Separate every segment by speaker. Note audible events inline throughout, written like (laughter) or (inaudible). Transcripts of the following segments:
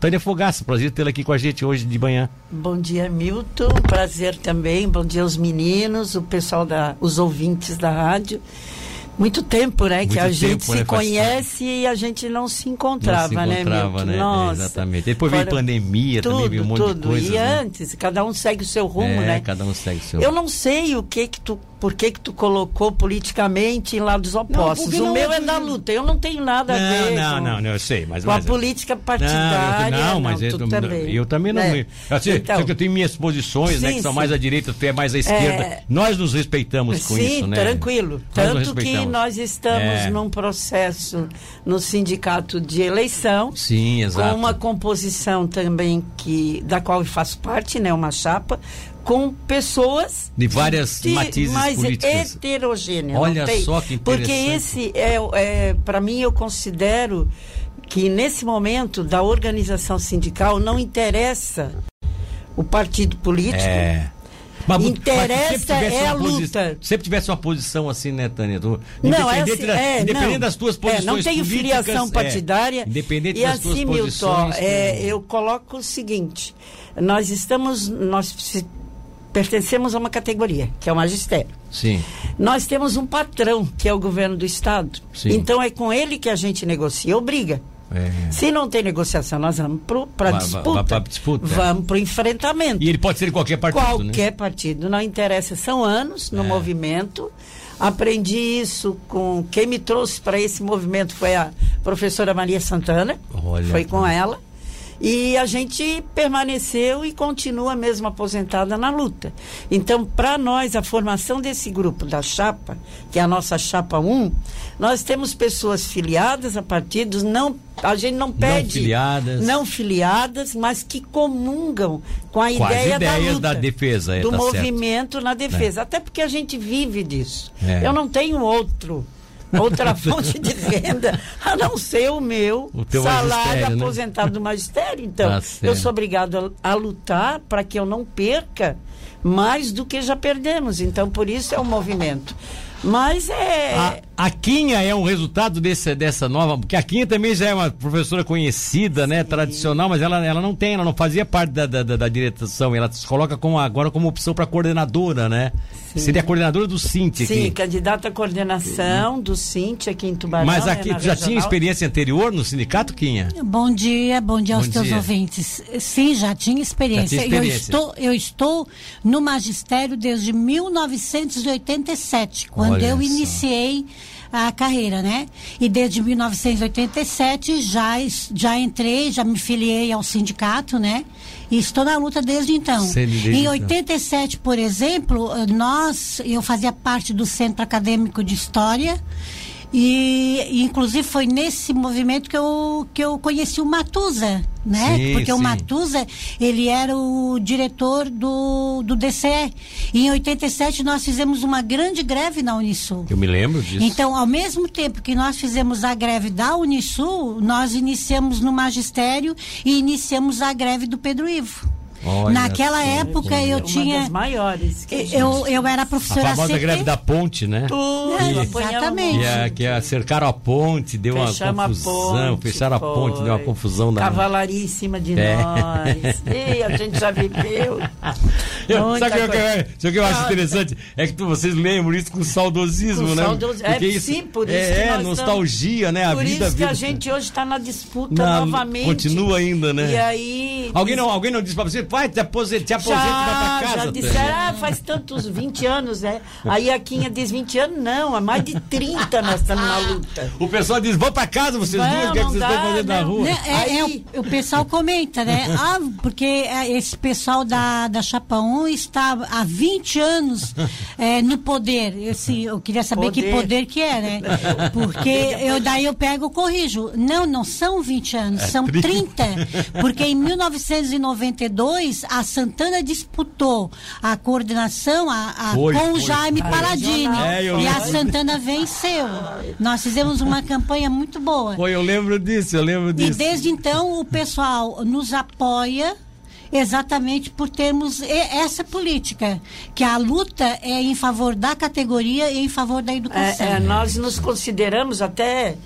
Speaker 1: Tânia Fogaça, prazer tê-la aqui com a gente hoje de manhã.
Speaker 2: Bom dia, Milton. Prazer também. Bom dia aos meninos, o pessoal da, os ouvintes da rádio. Muito tempo, né?
Speaker 1: Muito
Speaker 2: que a
Speaker 1: tempo,
Speaker 2: gente
Speaker 1: né?
Speaker 2: se
Speaker 1: Faz
Speaker 2: conhece e a a gente não se encontrava,
Speaker 1: Não se
Speaker 2: né,
Speaker 1: encontrava,
Speaker 2: Milton?
Speaker 1: né? É,
Speaker 2: Nossa.
Speaker 1: exatamente. Depois veio
Speaker 2: Fora-
Speaker 1: pandemia, também
Speaker 2: tudo,
Speaker 1: veio um monte de
Speaker 2: tudo.
Speaker 1: coisas,
Speaker 2: E
Speaker 1: né?
Speaker 2: antes, cada um segue o seu rumo,
Speaker 1: é,
Speaker 2: né?
Speaker 1: cada um segue o seu.
Speaker 2: Eu não sei o que que tu, por que que tu colocou politicamente em lados opostos.
Speaker 1: porque
Speaker 2: o
Speaker 1: não-
Speaker 2: meu é da luta. Eu não tenho nada a ver.
Speaker 1: não, não,
Speaker 2: com-
Speaker 1: não, não, eu sei, mas
Speaker 2: com a
Speaker 1: mas-
Speaker 2: política
Speaker 1: Não, eu-
Speaker 2: partidária.
Speaker 1: não, mas
Speaker 2: não,
Speaker 1: eu,
Speaker 2: tu
Speaker 1: não-
Speaker 2: também.
Speaker 1: eu também não.
Speaker 2: É.
Speaker 1: me- Assim,
Speaker 2: Então,
Speaker 1: só que eu tenho minhas posições, né?
Speaker 2: Sim,
Speaker 1: Que são
Speaker 2: sim.
Speaker 1: mais à direita, tu é mais à esquerda. Nós nos respeitamos com
Speaker 2: Sim,
Speaker 1: isso, né?
Speaker 2: tranquilo.
Speaker 1: Nós nos
Speaker 2: Tanto que
Speaker 1: respeitamos.
Speaker 2: nós estamos
Speaker 1: É.
Speaker 2: num processo no sindicato de eleição.
Speaker 1: Sim, exato.
Speaker 2: Com uma composição também que, da qual eu faço parte, né? Uma chapa, com pessoas
Speaker 1: De várias matizes
Speaker 2: mais
Speaker 1: políticas.
Speaker 2: heterogênea.
Speaker 1: Olha
Speaker 2: não tem?
Speaker 1: só que
Speaker 2: Porque
Speaker 1: interessante.
Speaker 2: esse é, é para mim eu considero que nesse momento da organização sindical não interessa o partido político.
Speaker 1: É. tu- tu
Speaker 2: Interessa
Speaker 1: sempre tivesse
Speaker 2: é
Speaker 1: uma
Speaker 2: a
Speaker 1: posi-
Speaker 2: luta.
Speaker 1: sempre tivesse uma posição assim, né, Tânia? Tu-
Speaker 2: Não, é
Speaker 1: independente
Speaker 2: assim,
Speaker 1: da-
Speaker 2: é,
Speaker 1: independente
Speaker 2: não.
Speaker 1: das tuas
Speaker 2: É,
Speaker 1: posições
Speaker 2: não tenho
Speaker 1: políticas,
Speaker 2: filiação
Speaker 1: é,
Speaker 2: partidária.
Speaker 1: independente
Speaker 2: e
Speaker 1: das tuas
Speaker 2: assim, Milton,
Speaker 1: posições, né?
Speaker 2: é,
Speaker 1: tu-
Speaker 2: eu coloco o seguinte: nós estamos, nós se- pertencemos a uma categoria, que é o magistério.
Speaker 1: Sim.
Speaker 2: Nós temos um patrão, que é o governo do estado.
Speaker 1: Sim.
Speaker 2: Então é com ele que a gente negocia, obriga.
Speaker 1: É.
Speaker 2: Se não tem negociação, nós vamos para
Speaker 1: Vá-
Speaker 2: a
Speaker 1: vá- vá
Speaker 2: disputa.
Speaker 1: pra disputa, é.
Speaker 2: Vamos para o enfrentamento.
Speaker 1: E ele pode ser de qualquer partido, né? É.
Speaker 2: Qualquer partido, não interessa. São anos no movimento. Aprendi isso com. Quem me trouxe para esse movimento foi a professora Maria Santana.
Speaker 1: Olha, tá.
Speaker 2: foi com
Speaker 1: cara.
Speaker 2: ela. E a gente permaneceu e continua mesmo aposentada na luta. Então, para nós, a formação desse grupo da chapa, que é a nossa chapa 1, nós temos pessoas filiadas a partidos, não, a gente não pede
Speaker 1: filiadas.
Speaker 2: não filiadas, mas que comungam com a
Speaker 1: Com as
Speaker 2: ideia da
Speaker 1: ideias
Speaker 2: luta,
Speaker 1: da defesa, é,
Speaker 2: do
Speaker 1: tá certo.
Speaker 2: movimento na defesa, até porque a gente vive disso.
Speaker 1: É.
Speaker 2: Eu não tenho outro
Speaker 1: (laughs)
Speaker 2: outra fonte de renda a não ser o meu
Speaker 1: O teu magistério,
Speaker 2: salário
Speaker 1: né?
Speaker 2: aposentado do magistério. Então,
Speaker 1: Tá
Speaker 2: eu
Speaker 1: certo.
Speaker 2: sou obrigado a, a lutar para que eu não perca mais do que já perdemos. Então, por isso é um movimento. Mas é
Speaker 1: A, a Quinha é um resultado desse, dessa nova. Porque a Quinha também já é uma professora conhecida, né? Tradicional, mas ela, ela não tem, ela não fazia parte da, da, da- da direção. Ela se coloca como, agora como opção para coordenadora, né? Seria a coordenadora do Cinti
Speaker 2: Sim,
Speaker 1: aqui.
Speaker 2: candidata à coordenação do Cinte aqui em Tubarão.
Speaker 1: Mas
Speaker 2: né,
Speaker 1: aqui
Speaker 2: na
Speaker 1: tu já tinha
Speaker 2: regional.
Speaker 1: experiência anterior no sindicato, Quinha?
Speaker 3: Bom dia, bom dia aos
Speaker 1: Bom
Speaker 3: teus
Speaker 1: dia.
Speaker 3: ouvintes. Sim, já tinha experiência.
Speaker 1: Já tinha experiência.
Speaker 3: Eu, estou, eu estou no magistério desde 1987, quando
Speaker 1: Olha
Speaker 3: eu
Speaker 1: só.
Speaker 3: iniciei a carreira, né? E desde 1987 já, es- já entrei, já me filiei ao sindicato, né? E estou na luta desde então.
Speaker 1: Sim, desde
Speaker 3: em
Speaker 1: então.
Speaker 3: 87, por exemplo, eh, nós, eu fazia parte do Centro Acadêmico de História. E, e, inclusive foi nesse movimento que eu, que eu conheci o Matusa, né?
Speaker 1: Sim,
Speaker 3: Porque o
Speaker 1: sim.
Speaker 3: Matusa, ele era o diretor do, do DCE. E em 87 nós fizemos uma grande greve na Unisul.
Speaker 1: Eu me lembro disso.
Speaker 3: Então, ao mesmo tempo que nós fizemos a greve da Unisul, nós iniciamos no magistério e iniciamos a greve do Pedro Ivo.
Speaker 1: Olha
Speaker 3: Naquela
Speaker 1: só,
Speaker 3: época eu
Speaker 2: Uma das
Speaker 3: tinha.
Speaker 2: maiores. que
Speaker 3: Eu, eu era
Speaker 1: a
Speaker 3: professora
Speaker 1: famosa
Speaker 3: CT.
Speaker 1: greve da ponte, né?
Speaker 2: Tudo,
Speaker 3: É,
Speaker 2: apanhava
Speaker 3: exatamente.
Speaker 1: Que,
Speaker 2: muito.
Speaker 1: é, que é, cercaram a ponte, deu
Speaker 2: Fechamos
Speaker 1: uma
Speaker 2: a
Speaker 1: confusão.
Speaker 2: ponte,
Speaker 1: fecharam a ponte, deu uma
Speaker 2: foi.
Speaker 1: confusão da.
Speaker 2: Cavalaria em cima de
Speaker 1: É. (laughs)
Speaker 2: nós. Ei, a gente já viveu.
Speaker 1: Eu,
Speaker 2: Muita
Speaker 1: sabe o que, é? eu-
Speaker 2: coisa.
Speaker 1: sabe o que eu acho
Speaker 2: Ah,
Speaker 1: interessante? É que tu- vocês lembram isso com saudosismo,
Speaker 2: Com
Speaker 1: né?
Speaker 2: saudosi- é,
Speaker 1: Porque
Speaker 2: sim, por isso que
Speaker 1: É, é
Speaker 2: nós
Speaker 1: nostalgia, né? A
Speaker 2: Por
Speaker 1: vida,
Speaker 2: isso que a
Speaker 1: vida-
Speaker 2: gente hoje está na disputa
Speaker 1: Na-
Speaker 2: novamente.
Speaker 1: continua ainda, né?
Speaker 2: E aí.
Speaker 1: Alguém não, alguém não disse pra você, vai, te aposenta, te aposenta e vai
Speaker 2: Já,
Speaker 1: pra casa.
Speaker 2: já
Speaker 1: Tânia.
Speaker 2: disseram, ah, faz tantos 20 anos, né? Aí a Quinha diz 20 anos, não, há mais de 30 nós estamos na luta.
Speaker 1: O pessoal diz, vão pra casa vocês
Speaker 2: Não,
Speaker 1: duas, o que, é que
Speaker 2: não
Speaker 1: vocês estão
Speaker 2: dá,
Speaker 1: fazendo na
Speaker 2: não.
Speaker 1: rua?
Speaker 3: Né, é, é,
Speaker 2: Aí-
Speaker 3: o, o pessoal comenta,
Speaker 1: (laughs)
Speaker 3: né? Ah, porque é, esse pessoal da, da Chapa 1 está há 20 anos é, no poder. Eu, assim, eu queria saber que
Speaker 2: Poder.
Speaker 3: poder que
Speaker 1: (laughs)
Speaker 3: é, né? Porque eu, daí eu pego e corrijo. Não, não são 20 anos,
Speaker 1: É
Speaker 3: são 30. Porque em 1992, a Santana disputou a coordenação a, a-
Speaker 1: Foi,
Speaker 3: com o
Speaker 1: foi.
Speaker 3: Jaime
Speaker 1: Ah,
Speaker 3: Paladini.
Speaker 1: é, eu
Speaker 3: e a
Speaker 1: lembro.
Speaker 3: Santana venceu. Nós fizemos uma campanha muito boa.
Speaker 1: Pô, eu lembro disso, eu lembro
Speaker 3: E
Speaker 1: disso.
Speaker 3: desde então o pessoal nos apoia exatamente por termos e- essa política, que a luta é em favor da categoria e em favor da educação.
Speaker 2: É, é, nós nos é, consideramos até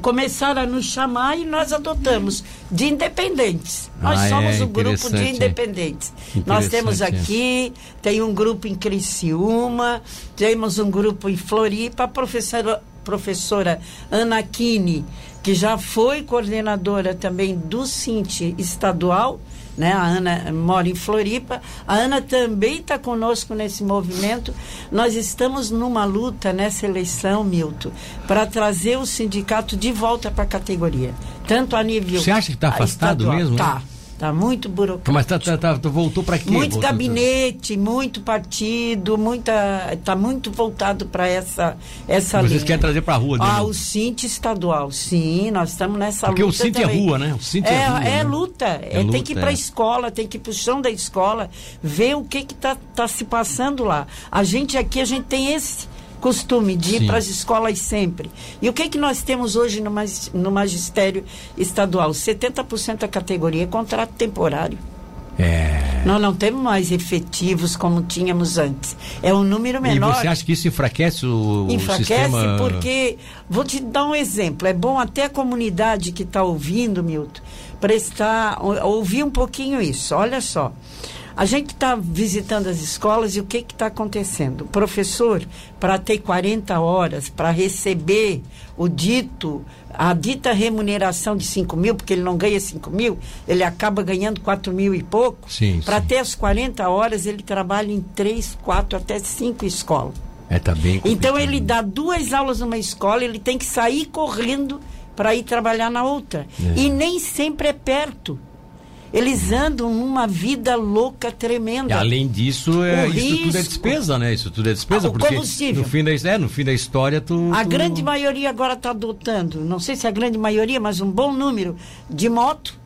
Speaker 2: começaram a nos chamar e nós adotamos de independentes. Nós
Speaker 1: Ah, é,
Speaker 2: somos um grupo de
Speaker 1: interessante. é.
Speaker 2: independentes. Nós temos
Speaker 1: Interessante, é.
Speaker 2: aqui, tem um grupo em Criciúma, temos um grupo em Floripa, a professora, professora Ana Kini, que já foi coordenadora também do Cinti estadual, né? A Ana mora em Floripa. A Ana também está conosco nesse movimento. Nós estamos numa luta nessa eleição, Milton, para trazer o sindicato de volta para a categoria, tanto a nível
Speaker 1: Você acha que tá
Speaker 2: ah,
Speaker 1: afastado
Speaker 2: estadual.
Speaker 1: mesmo, né?
Speaker 2: Tá, tá muito burocrático.
Speaker 1: Mas tá, tá, tá, tu voltou pra quê?
Speaker 2: Muito
Speaker 1: Voltou-
Speaker 2: gabinete, muito partido, muita tá muito voltado para essa essa
Speaker 1: Vocês
Speaker 2: linha.
Speaker 1: querem trazer pra rua, né?
Speaker 2: Ah, o Cinti estadual, sim, nós estamos nessa
Speaker 1: Porque o
Speaker 2: luta
Speaker 1: Cinti é
Speaker 2: também.
Speaker 1: rua, né? O Cinti é rua, né?
Speaker 2: luta,
Speaker 1: É
Speaker 2: é,
Speaker 1: luta,
Speaker 2: tem que ir para
Speaker 1: é.
Speaker 2: escola, tem que ir pro chão da escola, ver o que que tá, tá se passando lá. A gente aqui a gente tem esse costume de
Speaker 1: Sim.
Speaker 2: ir para as escolas sempre. E o que que nós temos hoje no, magis- no magistério estadual? 70% da categoria é contrato temporário.
Speaker 1: É.
Speaker 2: Nós não temos mais efetivos como tínhamos antes. É um número
Speaker 1: E
Speaker 2: menor.
Speaker 1: você acha que isso enfraquece o, o
Speaker 2: Enfraquece
Speaker 1: sistema?
Speaker 2: porque. Vou te dar um exemplo. É bom até a comunidade que está ouvindo, Milton, prestar, ou- ouvir um pouquinho isso. Olha só. A gente está visitando as escolas e o que está acontecendo? O professor, para ter 40 horas, para receber o dito, a dita remuneração de 5 mil, porque ele não ganha 5 mil, ele acaba ganhando 4 mil e pouco.
Speaker 1: Sim,
Speaker 2: Para
Speaker 1: sim.
Speaker 2: ter as 40 horas, ele trabalha em 3, 4, até 5 escolas.
Speaker 1: É, tá bem
Speaker 2: Então
Speaker 1: complicado.
Speaker 2: ele dá duas aulas numa escola, ele tem que sair correndo para ir trabalhar na outra.
Speaker 1: É.
Speaker 2: E nem sempre é perto. Eles andam numa vida louca tremenda.
Speaker 1: E além disso, é,
Speaker 2: O
Speaker 1: isso tudo é
Speaker 2: risco.
Speaker 1: despesa, né? Isso tudo é despesa,
Speaker 2: Ah, o
Speaker 1: porque
Speaker 2: combustível.
Speaker 1: no fim, da, é, no fim da história tu...
Speaker 2: A
Speaker 1: tu-
Speaker 2: grande maioria agora está adotando, não sei se é a grande maioria, mas um bom número de moto,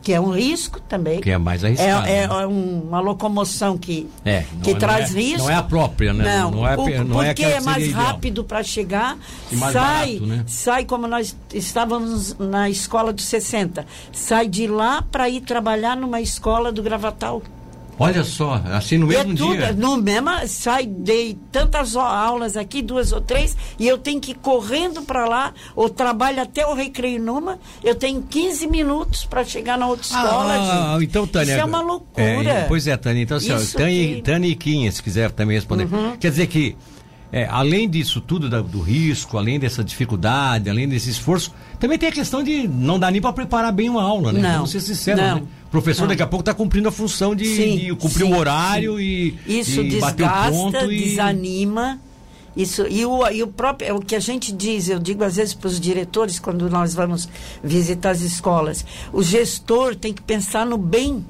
Speaker 2: que é um risco também.
Speaker 1: Que é mais arriscado,
Speaker 2: É, é
Speaker 1: né?
Speaker 2: uma locomoção que,
Speaker 1: É,
Speaker 2: que
Speaker 1: não é-
Speaker 2: traz
Speaker 1: não é-
Speaker 2: risco.
Speaker 1: não é a própria, né?
Speaker 2: Não,
Speaker 1: Não é-
Speaker 2: o-
Speaker 1: não é
Speaker 2: porque
Speaker 1: aquela
Speaker 2: é,
Speaker 1: que
Speaker 2: mais
Speaker 1: seria ideal.
Speaker 2: rápido para chegar,
Speaker 1: E mais
Speaker 2: sai,
Speaker 1: barato, né?
Speaker 2: sai como nós estávamos na escola dos 60, sai de lá para ir trabalhar numa escola do Gravatal.
Speaker 1: Olha só, assim no
Speaker 2: E
Speaker 1: mesmo
Speaker 2: é tudo,
Speaker 1: dia.
Speaker 2: no mesmo, sai, dei tantas au- aulas aqui, duas ou três, e eu tenho que ir correndo para lá, ou trabalho até o recreio numa, eu tenho 15 minutos para chegar na outra escola.
Speaker 1: Ah,
Speaker 2: gente.
Speaker 1: então, Tânia.
Speaker 2: Isso é uma loucura.
Speaker 1: é, pois é, Tânia. Então, assim, ó,
Speaker 2: Isso Uhum.
Speaker 1: Tânia,
Speaker 2: que-
Speaker 1: Tânia e Quinha, se quiser também responder. Quer dizer que, é, além disso tudo, da- do risco, além dessa dificuldade, além desse esforço, também tem a questão de não dar nem para preparar bem uma aula, né?
Speaker 2: Não.
Speaker 1: Vamos ser sinceros,
Speaker 2: Não.
Speaker 1: né? O professor
Speaker 2: Não.
Speaker 1: daqui a pouco está cumprindo a função de,
Speaker 2: Sim,
Speaker 1: de cumprir
Speaker 2: sim,
Speaker 1: o horário e,
Speaker 2: Isso
Speaker 1: e bater o
Speaker 2: desgasta,
Speaker 1: ponto e...
Speaker 2: desanima. Isso, e, o, e o próprio, é o que a gente diz, eu digo às vezes para os diretores, quando nós vamos visitar as escolas, o gestor tem que pensar no bem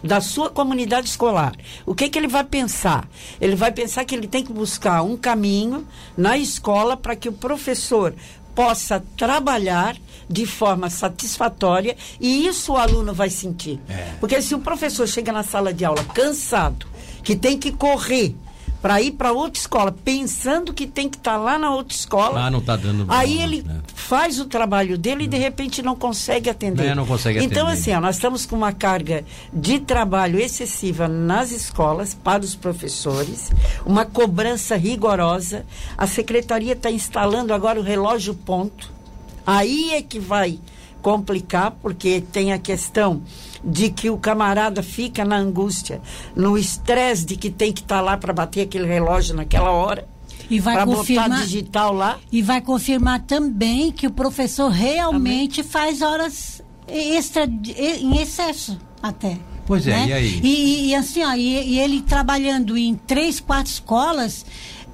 Speaker 2: da sua comunidade escolar. O que, que ele vai pensar? Ele vai pensar que ele tem que buscar um caminho na escola para que o professor possa trabalhar de forma satisfatória e isso o aluno vai sentir.
Speaker 1: É.
Speaker 2: Porque se o professor chega na sala de aula cansado, que tem que correr para ir para outra escola, pensando que tem que estar lá na outra escola.
Speaker 1: Lá não tá dando bom,
Speaker 2: Aí ele
Speaker 1: né?
Speaker 2: faz o trabalho dele e de repente não consegue atender.
Speaker 1: É, não consegue
Speaker 2: então
Speaker 1: atender.
Speaker 2: assim, ó, nós estamos com uma carga de trabalho excessiva nas escolas para os professores, uma cobrança rigorosa. A secretaria está instalando agora o relógio ponto. Aí é que vai complicar, porque tem a questão de que o camarada fica na angústia, no estresse de que tem que estar lá para bater aquele relógio naquela hora.
Speaker 3: E vai
Speaker 2: para botar
Speaker 3: confirmar-
Speaker 2: digital lá.
Speaker 3: E vai confirmar também que o professor realmente faz horas extra, de- e- em excesso até.
Speaker 1: Pois é,
Speaker 3: né?
Speaker 1: e aí?
Speaker 3: E, e assim, ó, e, e ele trabalhando em três, quatro escolas,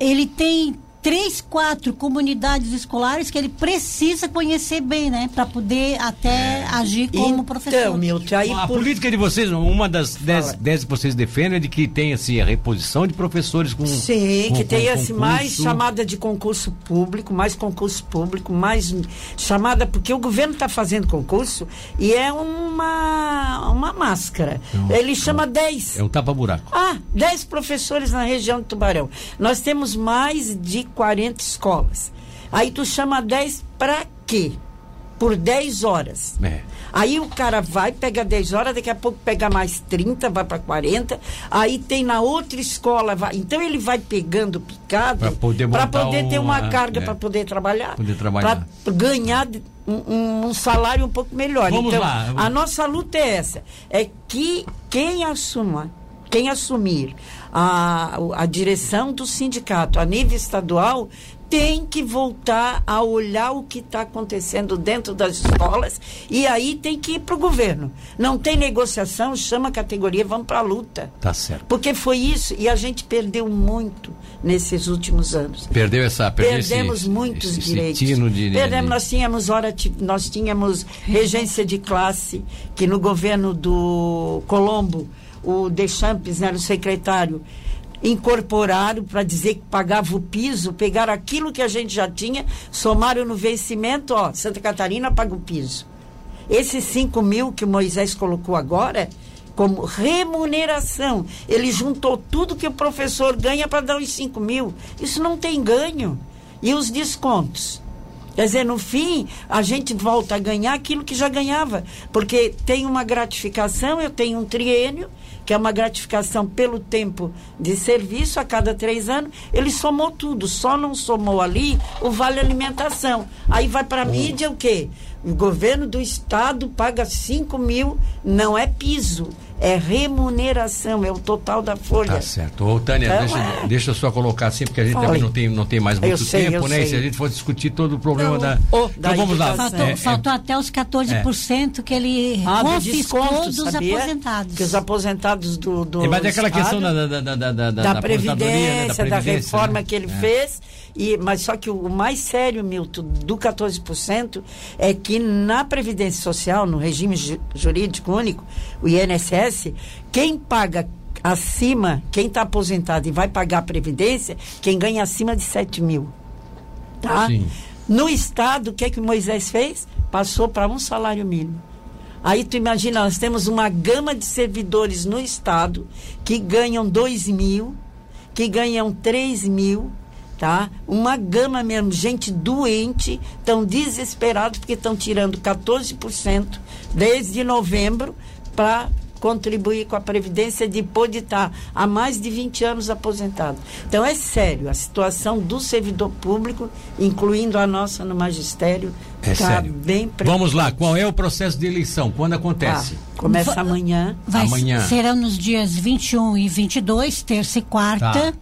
Speaker 3: ele tem três, quatro comunidades escolares que ele precisa conhecer bem, né? Para poder
Speaker 1: É.
Speaker 3: até agir como
Speaker 2: Então,
Speaker 3: professor.
Speaker 2: Milton, aí
Speaker 1: A
Speaker 2: por
Speaker 1: política de vocês, uma das dez,
Speaker 2: Fala.
Speaker 1: dez que vocês defendem é de que tenha assim, a reposição de professores com.
Speaker 2: Sim,
Speaker 1: com-
Speaker 2: que
Speaker 1: com
Speaker 2: tem assim, mais
Speaker 1: concurso.
Speaker 2: chamada de concurso público, mais concurso público, mais chamada, porque o governo está fazendo concurso e é uma, uma máscara.
Speaker 1: um-
Speaker 2: Ele chama 10.
Speaker 1: É um tapa-buraco.
Speaker 2: Ah, 10 professores na região de Tubarão. Nós temos mais de 40 escolas. Aí tu chama 10 para quê? por 10 horas.
Speaker 1: É.
Speaker 2: Aí o cara vai, pega 10 horas, daqui a pouco pega mais 30, vai para 40, aí tem na outra escola. vai- Então ele vai pegando picado
Speaker 1: Pra poder
Speaker 2: pra
Speaker 1: montar
Speaker 2: poder ter uma
Speaker 1: uma-
Speaker 2: carga,
Speaker 1: é.
Speaker 2: para poder trabalhar.
Speaker 1: Poder trabalhar.
Speaker 2: Para ganhar de- um- um, um salário um pouco melhor.
Speaker 1: Vamos
Speaker 2: então,
Speaker 1: lá.
Speaker 2: a nossa luta é essa: é que quem assuma, quem assumir a, a direção do sindicato a nível estadual tem que voltar a olhar o que está acontecendo dentro das escolas e aí tem que ir para o governo. Não tem negociação, chama a categoria, vamos para a luta.
Speaker 1: Tá certo.
Speaker 2: Porque foi isso e a gente perdeu muito nesses últimos anos.
Speaker 1: Perdeu essa. perdeu esse-
Speaker 2: Perdemos muitos
Speaker 1: esse
Speaker 2: direitos.
Speaker 1: tino de- de-
Speaker 2: Perdemos,
Speaker 1: de-
Speaker 2: nós tínhamos hora, ti- nós tínhamos regência de classe, que no governo do Colombo, o Deschamps era o secretário, incorporaram para dizer que pagava o piso, pegaram aquilo que a gente já tinha, somaram no vencimento, ó, Santa Catarina paga o piso. Esses 5 mil que o Moisés colocou agora, como remuneração, ele juntou tudo que o professor ganha para dar os 5 mil. Isso não tem ganho. E os descontos? Quer dizer, no fim, a gente volta a ganhar aquilo que já ganhava. Porque tem uma gratificação, eu tenho um triênio, que é uma gratificação pelo tempo de serviço a cada três anos. Ele somou tudo, só não somou ali o vale alimentação. Aí vai para a
Speaker 1: Hum.
Speaker 2: mídia o quê? O governo do estado paga 5 mil, não é piso, é remuneração, é o total da folha.
Speaker 1: Tá certo. Ô, Tânia,
Speaker 2: Então,
Speaker 1: deixa,
Speaker 2: é.
Speaker 1: deixa eu só colocar assim, porque a gente
Speaker 2: Fala
Speaker 1: também
Speaker 2: aí.
Speaker 1: não tem, não tem mais
Speaker 2: Eu
Speaker 1: muito
Speaker 2: sei,
Speaker 1: tempo,
Speaker 2: eu
Speaker 1: né? E se
Speaker 2: sei.
Speaker 1: a gente for discutir todo o problema
Speaker 2: Não.
Speaker 1: da.
Speaker 2: Ô,
Speaker 1: então
Speaker 2: daí
Speaker 1: vamos lá.
Speaker 2: fica
Speaker 3: Faltou,
Speaker 1: É, é,
Speaker 3: faltou até os 14% que ele
Speaker 2: Ah, do
Speaker 3: confiscou
Speaker 2: desconto,
Speaker 3: dos
Speaker 2: sabia?
Speaker 3: aposentados.
Speaker 2: Que os aposentados do, do
Speaker 1: Mas é aquela questão
Speaker 2: Estado-
Speaker 1: da, da, da, da, da, da
Speaker 2: da,
Speaker 1: aposentadoria,
Speaker 2: previdência,
Speaker 1: né?
Speaker 2: da,
Speaker 1: Previdência,
Speaker 2: reforma
Speaker 1: né?
Speaker 2: que ele
Speaker 1: É.
Speaker 2: fez. E, mas só que o mais sério, Milton, do 14%, é que na Previdência Social, no regime ju- jurídico único, o INSS, quem paga acima, quem está aposentado e vai pagar a Previdência, quem ganha acima de 7 mil. Tá?
Speaker 1: Sim.
Speaker 2: No Estado, o que é que Moisés fez? Passou para um salário mínimo. Aí tu imagina, nós temos uma gama de servidores no Estado que ganham 2 mil, que ganham 3 mil, tá? Uma gama mesmo, gente doente, tão desesperados porque estão tirando 14% desde novembro para contribuir com a Previdência depois de estar há mais de 20 anos aposentado. Então é sério, a situação do servidor público, incluindo a nossa no magistério,
Speaker 1: É
Speaker 2: está
Speaker 1: sério.
Speaker 2: tá bem preocupante.
Speaker 1: Vamos lá, qual é o processo de eleição? Quando acontece?
Speaker 2: Ah, começa
Speaker 3: Va-
Speaker 2: amanhã.
Speaker 3: Vai-
Speaker 1: Amanhã.
Speaker 3: Serão nos dias 21 e 22, terça e quarta.
Speaker 1: Tá.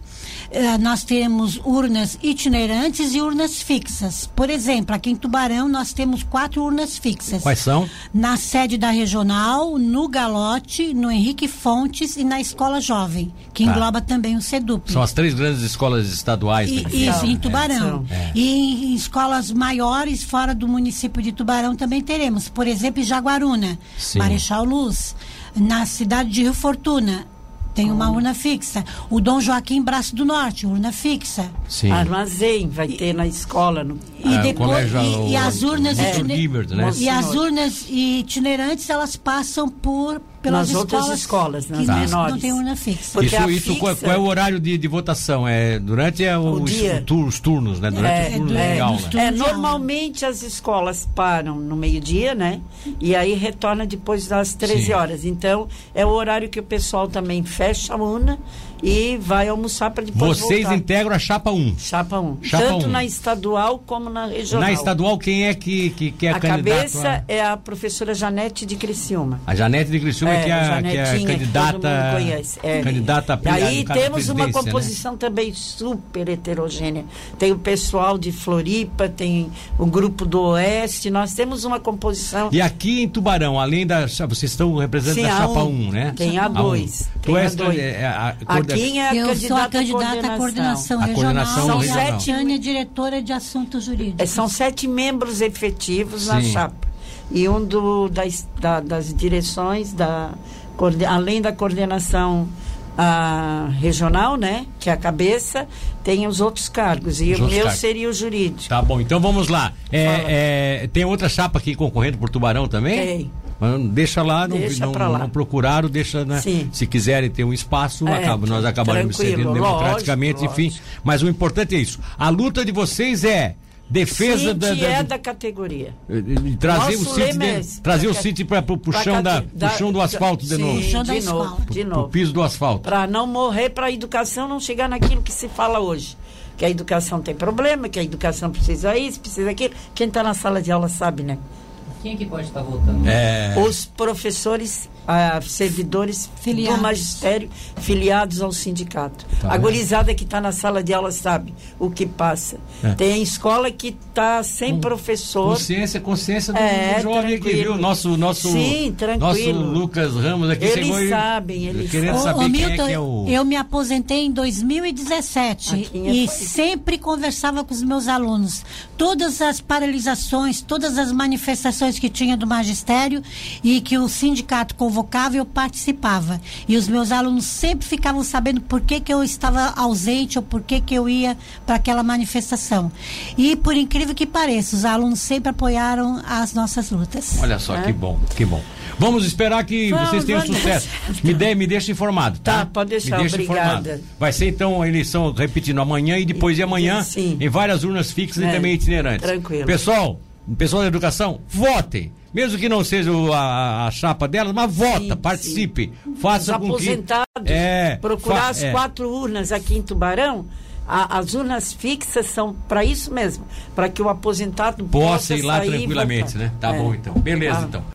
Speaker 3: Eh, nós teremos urnas itinerantes e urnas fixas. Por exemplo, aqui em Tubarão nós temos quatro urnas fixas.
Speaker 1: Quais são?
Speaker 3: Na sede da regional, no Galote, no Henrique Fontes e na Escola Jovem, que
Speaker 1: Tá.
Speaker 3: engloba também o SEDUP.
Speaker 1: São as três grandes escolas estaduais.
Speaker 3: E-
Speaker 1: né?
Speaker 3: Isso,
Speaker 2: São,
Speaker 3: em
Speaker 2: é,
Speaker 3: Tubarão.
Speaker 2: são.
Speaker 1: É.
Speaker 3: E em, em escolas maiores fora do município de Tubarão também teremos. Por exemplo, em Jaguaruna,
Speaker 1: Sim.
Speaker 3: Marechal Luz. Na cidade de Rio Fortuna, tem uma urna fixa. O Dom Joaquim Braço do Norte, urna fixa.
Speaker 1: Sim.
Speaker 2: Armazém vai ter na escola. No...
Speaker 3: E,
Speaker 1: Ah, o
Speaker 3: depois,
Speaker 1: colégio,
Speaker 3: e-
Speaker 1: o-
Speaker 3: e as urnas
Speaker 1: o
Speaker 3: itine-
Speaker 1: Dr. Gilbert, né?
Speaker 3: E as
Speaker 2: Senhor.
Speaker 3: urnas itinerantes, elas passam por pelas
Speaker 2: Nas outras
Speaker 3: escolas,
Speaker 2: escolas, nas
Speaker 3: que não- não
Speaker 2: menores.
Speaker 3: tem urna fixa.
Speaker 2: Porque
Speaker 1: isso,
Speaker 2: a
Speaker 1: isso qual,
Speaker 2: fixa-
Speaker 1: qual é o horário de, de votação? É durante é, o-
Speaker 2: O
Speaker 1: os,
Speaker 2: dia.
Speaker 1: o tur- os turnos, né? Durante os turnos
Speaker 3: é,
Speaker 1: de aula.
Speaker 3: dos turnos.
Speaker 2: É,
Speaker 3: de
Speaker 2: normalmente as escolas param no meio-dia, né? E aí retorna depois das 13
Speaker 1: Sim.
Speaker 2: horas. Então, é o horário que o pessoal também fecha a urna e vai almoçar para depois
Speaker 1: Vocês então,
Speaker 2: voltar.
Speaker 1: integram a chapa 1.
Speaker 2: Chapa 1.
Speaker 1: Chapa
Speaker 2: Tanto
Speaker 1: um.
Speaker 2: na estadual como na regional.
Speaker 1: Na estadual, quem é que, que, que é
Speaker 2: a
Speaker 1: candidato?
Speaker 2: cabeça é a professora Janete de Criciúma.
Speaker 1: A Janete de Criciúma, que, é, a- que é a
Speaker 2: Janetinha, que
Speaker 1: candidata.
Speaker 2: todo mundo conhece. É.
Speaker 1: Candidata a pre-
Speaker 2: E
Speaker 1: a
Speaker 2: aí
Speaker 1: cada
Speaker 2: temos uma
Speaker 1: presidência, né?
Speaker 2: composição também super heterogênea. Tem o pessoal de Floripa, tem o grupo do Oeste, nós temos uma composição.
Speaker 1: E aqui em Tubarão, além da. chapa- Vocês estão representando
Speaker 2: Sim,
Speaker 1: a
Speaker 2: a
Speaker 1: chapa 1,
Speaker 2: um.
Speaker 1: né?
Speaker 2: Tem a
Speaker 1: um.
Speaker 2: dois,
Speaker 1: Tu
Speaker 2: tem
Speaker 1: és
Speaker 2: a dois.
Speaker 1: é, a- a-
Speaker 2: Aqui é a
Speaker 3: Eu
Speaker 2: candidata
Speaker 3: sou a
Speaker 2: à
Speaker 3: candidata à coordenação
Speaker 1: A
Speaker 3: regional.
Speaker 1: coordenação
Speaker 3: São
Speaker 1: regional.
Speaker 3: sete é diretora de assuntos jurídicos.
Speaker 2: É, são sete membros efetivos na
Speaker 1: Sim.
Speaker 2: chapa. E um do, das, da- das direções, da, coorde- além da coordenação ah, regional, né? Que é a cabeça, tem os outros cargos. E
Speaker 1: Os
Speaker 2: o
Speaker 1: outros
Speaker 2: meu
Speaker 1: cargos.
Speaker 2: seria o jurídico.
Speaker 1: Tá bom, então vamos lá. É,
Speaker 2: Fala.
Speaker 1: é, tem outra chapa aqui concorrendo por Tubarão também?
Speaker 2: Tem.
Speaker 1: Mas não- Deixa lá, não,
Speaker 2: Deixa
Speaker 1: não,
Speaker 2: pra lá.
Speaker 1: não procuraram, deixa, né?
Speaker 2: Sim.
Speaker 1: Se quiserem ter um espaço,
Speaker 2: É,
Speaker 1: acaba- nós acabaremos
Speaker 2: tranquilo,
Speaker 1: cedendo
Speaker 2: lógico,
Speaker 1: democraticamente, enfim.
Speaker 2: lógico.
Speaker 1: Mas o importante é isso. A luta de vocês é Defesa
Speaker 2: Cinti
Speaker 1: da, da-
Speaker 2: é da categoria.
Speaker 1: E- e Trazer
Speaker 2: Nosso
Speaker 1: o City,
Speaker 2: lema é
Speaker 1: de,
Speaker 2: esse.
Speaker 1: trazer o
Speaker 2: Pra-
Speaker 1: City para pro, pro
Speaker 2: Pra
Speaker 1: chão da,
Speaker 2: cate-
Speaker 1: pro chão do asfalto de
Speaker 2: Sim,
Speaker 1: novo,
Speaker 3: Chão da
Speaker 2: de novo,
Speaker 3: asfalto.
Speaker 2: de
Speaker 1: pro
Speaker 2: novo.
Speaker 1: piso do asfalto.
Speaker 2: Para não morrer, para a educação não chegar naquilo que se fala hoje. Que a educação tem problema, que a educação precisa isso, precisa aquilo. Quem está na sala de aula sabe, né?
Speaker 4: Quem é que pode estar voltando?
Speaker 1: É,
Speaker 2: Os professores, ah, servidores
Speaker 3: Filiados.
Speaker 2: do magistério, filiados ao sindicato.
Speaker 1: Tá
Speaker 2: a
Speaker 1: vendo?
Speaker 2: gurizada que está na sala de aula sabe o que passa.
Speaker 1: É.
Speaker 2: Tem escola que está sem professor.
Speaker 1: consciência, consciência do,
Speaker 2: É,
Speaker 1: do jovem aqui,
Speaker 2: tranquilo.
Speaker 1: viu? Nosso, nosso,
Speaker 2: Sim, tranquilo.
Speaker 1: nosso Lucas Ramos aqui
Speaker 2: Eles
Speaker 1: chegou e-
Speaker 2: sabem, eles
Speaker 1: querendo
Speaker 3: Ô,
Speaker 1: saber
Speaker 3: ô,
Speaker 1: quem
Speaker 3: Milton,
Speaker 1: é que é o...
Speaker 3: eu me aposentei em 2017
Speaker 2: Aqui em
Speaker 3: e
Speaker 2: Aparecida.
Speaker 3: sempre conversava com os meus alunos. Todas as paralisações, todas as manifestações que tinha do magistério e que o sindicato convocava, eu participava. E os meus alunos sempre ficavam sabendo por que, que eu estava ausente ou por que, que eu ia para aquela manifestação. E por incrível que pareça, os alunos sempre apoiaram as nossas lutas.
Speaker 1: Olha só, que bom, que bom. Vamos esperar que
Speaker 2: É. Vamos,
Speaker 1: vocês tenham
Speaker 2: vamos.
Speaker 1: sucesso. Me, dê, me deixa informado, tá?
Speaker 2: Tá, pode deixar,
Speaker 1: me deixa
Speaker 2: obrigada.
Speaker 1: informado. Vai ser então a eleição, repetindo, amanhã e depois de amanhã,
Speaker 2: Sim.
Speaker 1: em várias urnas fixas e
Speaker 2: É,
Speaker 1: também itinerantes.
Speaker 2: tranquilo.
Speaker 1: Pessoal, pessoal da educação, votem. Mesmo que não seja o- a, a chapa delas, mas vota,
Speaker 2: Sim,
Speaker 1: participe. Faça
Speaker 2: os
Speaker 1: com que.
Speaker 2: aposentados
Speaker 1: É, fa-
Speaker 2: procurar as
Speaker 1: é.
Speaker 2: quatro urnas aqui em Tubarão. a- as urnas fixas são para isso mesmo, para que o aposentado
Speaker 1: Possa
Speaker 2: possa
Speaker 1: ir lá
Speaker 2: sair e
Speaker 1: tranquilamente,
Speaker 2: votar.
Speaker 1: né? Tá
Speaker 2: É.
Speaker 1: bom então. Beleza
Speaker 2: Tá.
Speaker 1: então.